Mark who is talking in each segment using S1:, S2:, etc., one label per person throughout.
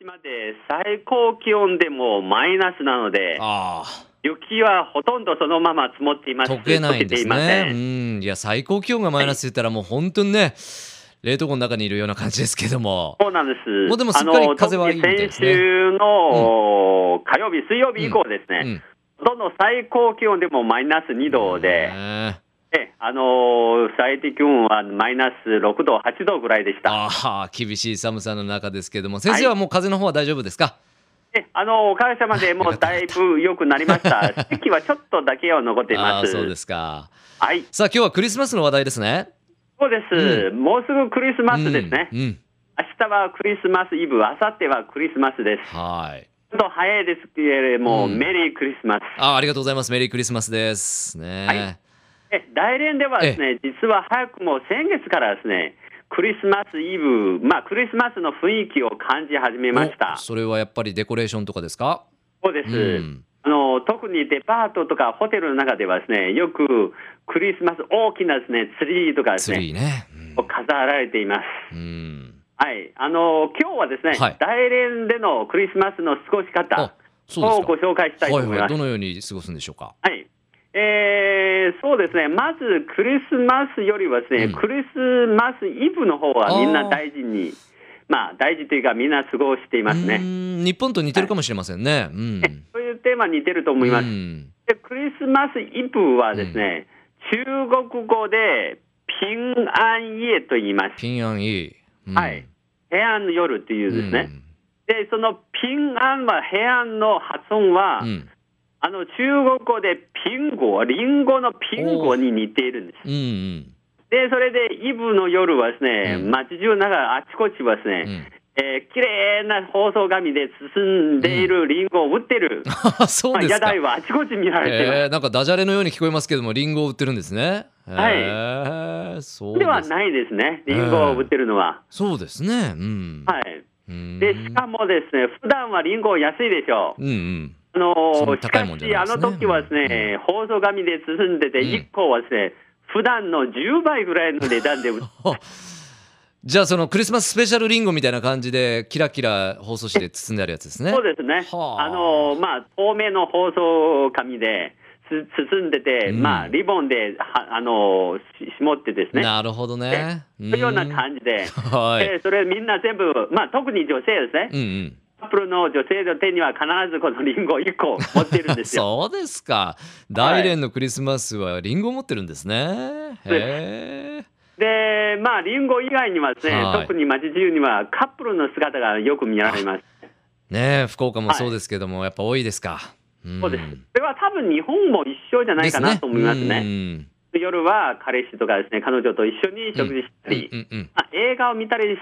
S1: 島で最高気温でもマイナスなの で、
S2: あ
S1: 雪はほとんどそのまま積もっていま
S2: あ、
S1: す。
S2: 溶けないんで
S1: 溶けて
S2: す
S1: いませ
S2: ね。うんん、いや、最高気温がマイナスって言ったら、もう本当にね、冷凍庫の中にいるような感じですけども。
S1: そうなんです。
S2: もうでもすっかり
S1: あの
S2: 風はいいみたいですね
S1: 特に先週の火曜日、水曜日以降です
S2: う
S1: ね、
S2: ん。
S1: どの最高気温でもマイナス2度で、
S2: ね
S1: えあの最低気温はマイナス6度、8度ぐらいでした。
S2: ああ、厳しい寒さの中ですけども、先生はもう風邪の方は大丈夫ですか、
S1: えあのおかげさまでもうだいぶ良くなりました。 席はちょっとだけは残ってい
S2: あ
S1: ま
S2: あ、
S1: す。
S2: そうですか。
S1: はい、
S2: さあ、今日はクリスマスの話題ですね。
S1: そうです、もうすぐクリスマスですね。
S2: うん。うん
S1: 明日はクリスマスイブ、明後日はクリスマスです。
S2: はい。
S1: ちょっと早いですけれども、
S2: うん
S1: メリークリスマス。
S2: ああ、ありがとうございます。メリークリスマスです。ね。
S1: はいえ大連ではですね、実は早くも先月からですね、クリスマスイブ、まあクリスマスの雰囲気を感じ始めました
S2: お。それはやっぱりデコレーションとかですか
S1: そうです。
S2: うん
S1: あの特にデパートとかホテルの中ではですね、よくクリスマス大きなですねツリーとかです
S2: ツ
S1: ね、
S2: リーね。
S1: 飾られています。
S2: うん。うん
S1: はい、あの今日はですね、
S2: はい
S1: 大連でのクリスマスの過ごし
S2: あ
S1: 方、
S2: そう
S1: を
S2: ですか
S1: ご。紹介したいと
S2: はい
S1: 思い
S2: は
S1: ま
S2: い、
S1: す
S2: ど。のように過ごすんでしょうか。
S1: はい。えー、そうですね。まず、クリスマスよりはですね、
S2: うん
S1: クリスマスイブの方はみん
S2: あ
S1: な
S2: ー
S1: 大事に、まあ、大事というか、みんな過ごしています
S2: う
S1: ね。
S2: ーん日本と似てるかもしれませんね。うん。
S1: そういうテーマに似てると思います。
S2: うん
S1: で、クリスマスイブはですね、中国語で、ピンアンイエと言います。
S2: ピンアンいい。うん
S1: はい。平安の夜というですね。で、そのピンアンは、平安の発音は、
S2: うん。うん。
S1: あの、中国語でピンゴ、リンゴのピンゴに似ているんです。
S2: うんうん。
S1: で、それでイブの夜はですね、
S2: うん
S1: 街中の中、あちこちはです
S2: う
S1: ね、
S2: ん
S1: えー綺麗な包装紙で包んでいるリンゴを売ってる、
S2: あ そう
S1: まあ、
S2: です
S1: 屋
S2: か。
S1: 台はあちこち見られています。
S2: えー、なんかダジャレのように聞こえますけども、リンゴを売ってるんですね。
S1: はい
S2: えー、そう
S1: では
S2: です。
S1: ないですね、リンゴを売ってるのは。
S2: そうですね。うん。
S1: はい。
S2: うん
S1: で、しかもですね、普段はリンゴ安いでしょう。
S2: うんうん。
S1: あの
S2: そんな
S1: ーし
S2: 高い
S1: か
S2: もんじ
S1: し、
S2: ゃ
S1: あ
S2: ないです
S1: の
S2: ね
S1: 時はですね、包装紙で包んでて、
S2: うん
S1: 1個はですね、普段の10倍ぐらいの値段で売っ
S2: あじゃあそのクリスマススペシャルリンゴみたいな感じでキラキラ包装紙で包んであるやつですね
S1: そう。ですね。
S2: はあ
S1: あのまあ透明の包装紙でつ包んでて、
S2: うん
S1: まあリボンではあのし絞ってですね。
S2: なるほどね。
S1: というような感じで。
S2: じ。はい。
S1: でそれみんな全部、まあ、特に女性ですね、
S2: うん
S1: カップルの女性の手には必ずこのリンゴ1個持ってるん
S2: う
S1: で
S2: ん。
S1: すよ。
S2: そうですか。大連のクリスマスはリンゴ持ってるんですね。へえ。
S1: で、まあ、リンゴ以外にはですね、
S2: はい
S1: 特に街中にはカップルの姿がよく見られます。
S2: ねえ福岡もそうですけども、やっぱ多いですか。うん
S1: そうです。それは多分日本も一緒じゃないかなと思います
S2: う
S1: ね。
S2: ん
S1: 夜は彼氏とかですね、彼女と一緒に食事したり、
S2: うんうん
S1: まあ、映画を見たりし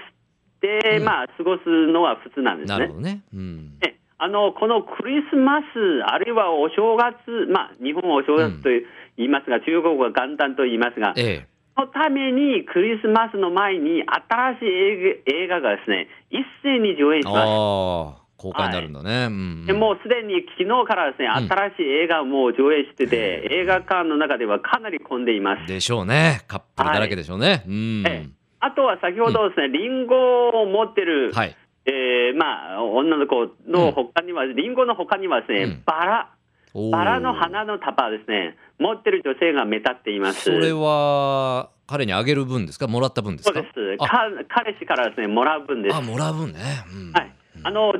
S1: て、
S2: うん
S1: まあ、過ごすのは普通なん
S2: う
S1: で
S2: ん。
S1: す
S2: なるほ
S1: ね。
S2: どね。うん。
S1: えあのこのクリスマス、あるいはお正月、まあ、日本はお正月と言いますが、中国は元旦と言いますが、
S2: ええ。
S1: そのためにクリスマスの前に新しい映画映画がですね一斉に上映し
S2: あ
S1: ます。
S2: あ公開になるんだね。うん
S1: で
S2: うん。
S1: もうすでに昨日からですね
S2: うん
S1: 新しい映画をもう上映してて、映画館の中ではかなり混んでいます。
S2: でしょうね。カップルだらけでしょうね。うん。
S1: ええあとは先ほどですね、リンゴを持ってる、
S2: はい。
S1: えーまあ、女の子の他には、リンゴの他にはですね、
S2: うん
S1: バラ、
S2: おー
S1: バラの花の束ですね、持ってる女性が目立っています。
S2: それは彼にあげる分ですかもらった分です
S1: そ
S2: か
S1: うです
S2: あ
S1: か。彼氏からですね、もらう分です
S2: あ。もらう分ね、うん
S1: はいあの、中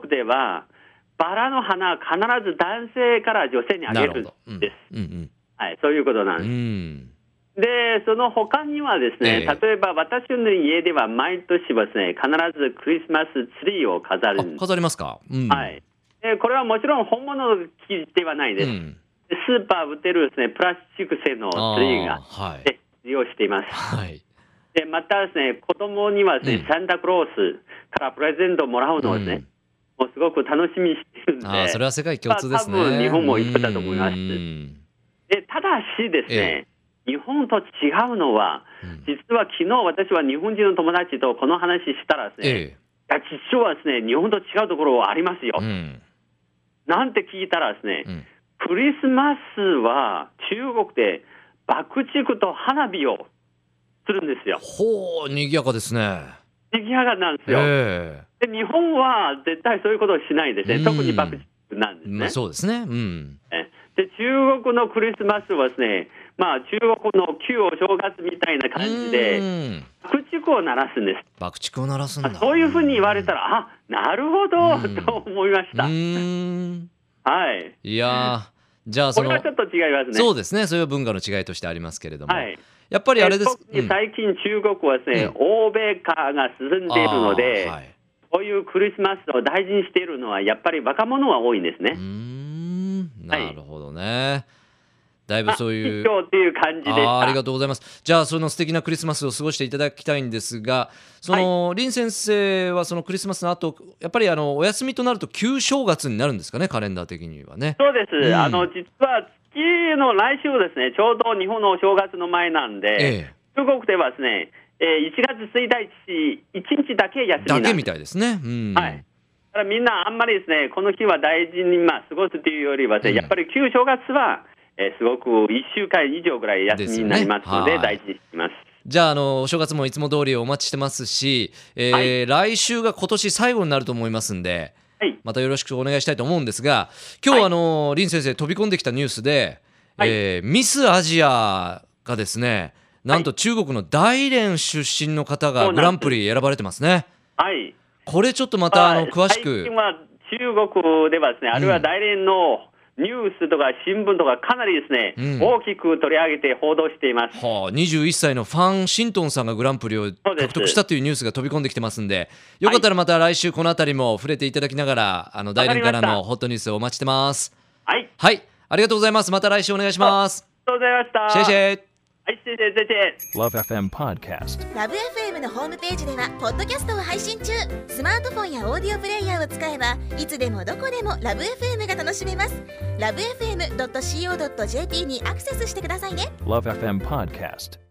S1: 国では、バラの花は必ず男性から女性にあ
S2: な
S1: げ
S2: るほ
S1: る
S2: ど、うん、
S1: です
S2: うん
S1: はい、そういうことな
S2: うんんう
S1: です。
S2: ん
S1: で、その他にはですね、
S2: ええ
S1: 例えば私の家では毎年はですね、必ずクリスマスツリーを飾るん
S2: あ
S1: です。
S2: 飾りますか、うん、
S1: はい。でこれはもちろん本物の木ではないで
S2: う
S1: す。
S2: ん、
S1: でスーパー売ってるですね、プラスチック製のツリー
S2: あ
S1: が、
S2: はい
S1: で利用しています。
S2: はい
S1: で、またですね、子供にはですね、
S2: うん
S1: サンタクロースからプレゼントをもらうのをですね、もうすごく楽しみにしてるん
S2: う
S1: で
S2: ん、あそれは世界共通ですね、
S1: まあ多分日本も一緒だと思います
S2: うん
S1: で、ただしですね、日本と違うのは、
S2: うん
S1: 実は昨日私は日本人の友達とこの話したらですね、
S2: ええ
S1: いや実証はですね、日本と違うところはありますよ。
S2: うん
S1: なんて聞いたらですね、
S2: うん
S1: クリスマスは中国で爆竹と花火をするんですよ。
S2: ほう賑やかですね
S1: 出来上がりなんですよ。
S2: え
S1: で日本は絶対そういうことをしないんです
S2: う
S1: ね、
S2: ん
S1: 特に爆竹なんで
S2: え
S1: すね。
S2: まあそうですね。うん。
S1: で中国のクリスマスはですね、まあ、中国の旧お正月みたいな感じ
S2: う
S1: で、
S2: ん
S1: 爆竹を鳴らすんです、
S2: 爆竹を鳴らすん
S1: あ
S2: だ。
S1: そういうふうに言われた
S2: ら。
S1: ら、あなるほ
S2: う
S1: ど
S2: ん
S1: と思いまし
S2: う
S1: た。
S2: ーん。
S1: はい、
S2: いや ー、じゃあそ
S1: これ
S2: の
S1: はちょっと違いますね。
S2: そうですね。そういう文化の違いとしてありますけれども、
S1: はい、
S2: やっぱりあれです。
S1: 特に最近、中国はですね、
S2: うん
S1: 欧米化が進んでいるので、
S2: あーはい。
S1: こういうクリスマスを大事にしているのは、やっぱり若者は多いんです
S2: うー
S1: ね。
S2: ん。
S1: はい
S2: なるほどね。だいぶそういう。
S1: まあ一緒っていう感じでし
S2: あーあり
S1: た。
S2: がとうございます。じゃあその素敵なクリスマスを過ごしていただきたいんですが、その、林先生はそのクリスマスの後、やっぱりあのお休みとなると旧正月になるんですかね、カレンダー的にはね。
S1: そうです、
S2: うん
S1: あの実は月の来週ですね、ちょうど日本のお正月の前なんで、
S2: え
S1: 中国ではですね、えー1月1日、1日だけ休
S2: え、
S1: みな
S2: だ
S1: んで
S2: け
S1: す
S2: みたいですね。うん。
S1: はいだからみんなあんまりですね、この日は大事に、まあ、過ごすというよりはですね、
S2: うん
S1: やっぱり旧正月は、えーすごく1週間以上ぐらい休みになりますので、
S2: ですよねはい
S1: 大事にしてます。
S2: じゃああのお正月もいつも通りお待ちしてますし、えー
S1: は
S2: 来週が今年最後になると思いますんで、
S1: はい
S2: またよろしくお願いしたいと思うんですが、今日、
S1: はい
S2: あの林先生飛び込んできたニュースで、
S1: はい
S2: えーミスアジアがですね、なんと中国の大連出身の方
S1: そう
S2: が
S1: なんです
S2: グランプリ選ばれてますね。
S1: はい
S2: これちょっとまたあの
S1: まあ
S2: 詳し
S1: 最
S2: く
S1: 近、は中国ではですね、あるいは大連のニュースとか新聞とか、かなりですね、
S2: うん
S1: 大きく取り上げて報道しています。
S2: はあ、21歳のファン・シントンさんがグランプリを
S1: そうです
S2: 獲得したというニュースが飛び込んできてますんで、よかったらまた来週この辺りも触れていただきながら、あの大連から
S1: わかりま
S2: の
S1: し
S2: ホットニュースをお待ちしてます。
S1: はい、
S2: はい、ありがとうございます。また来週お願いします。
S1: ありがとうございました。
S2: シェイシェイ。
S1: はい、シェイシェイシェイシェイ
S3: Love FM Podcast.
S4: ラブ f m のホームページではポッドキャストを配信中スマートフォンやオーディオプレイヤーを使えばいつでもどこでもラブ f m が楽しめますラブ FM.co.jp にアクセスしてくださいね
S3: Love FM Podcast.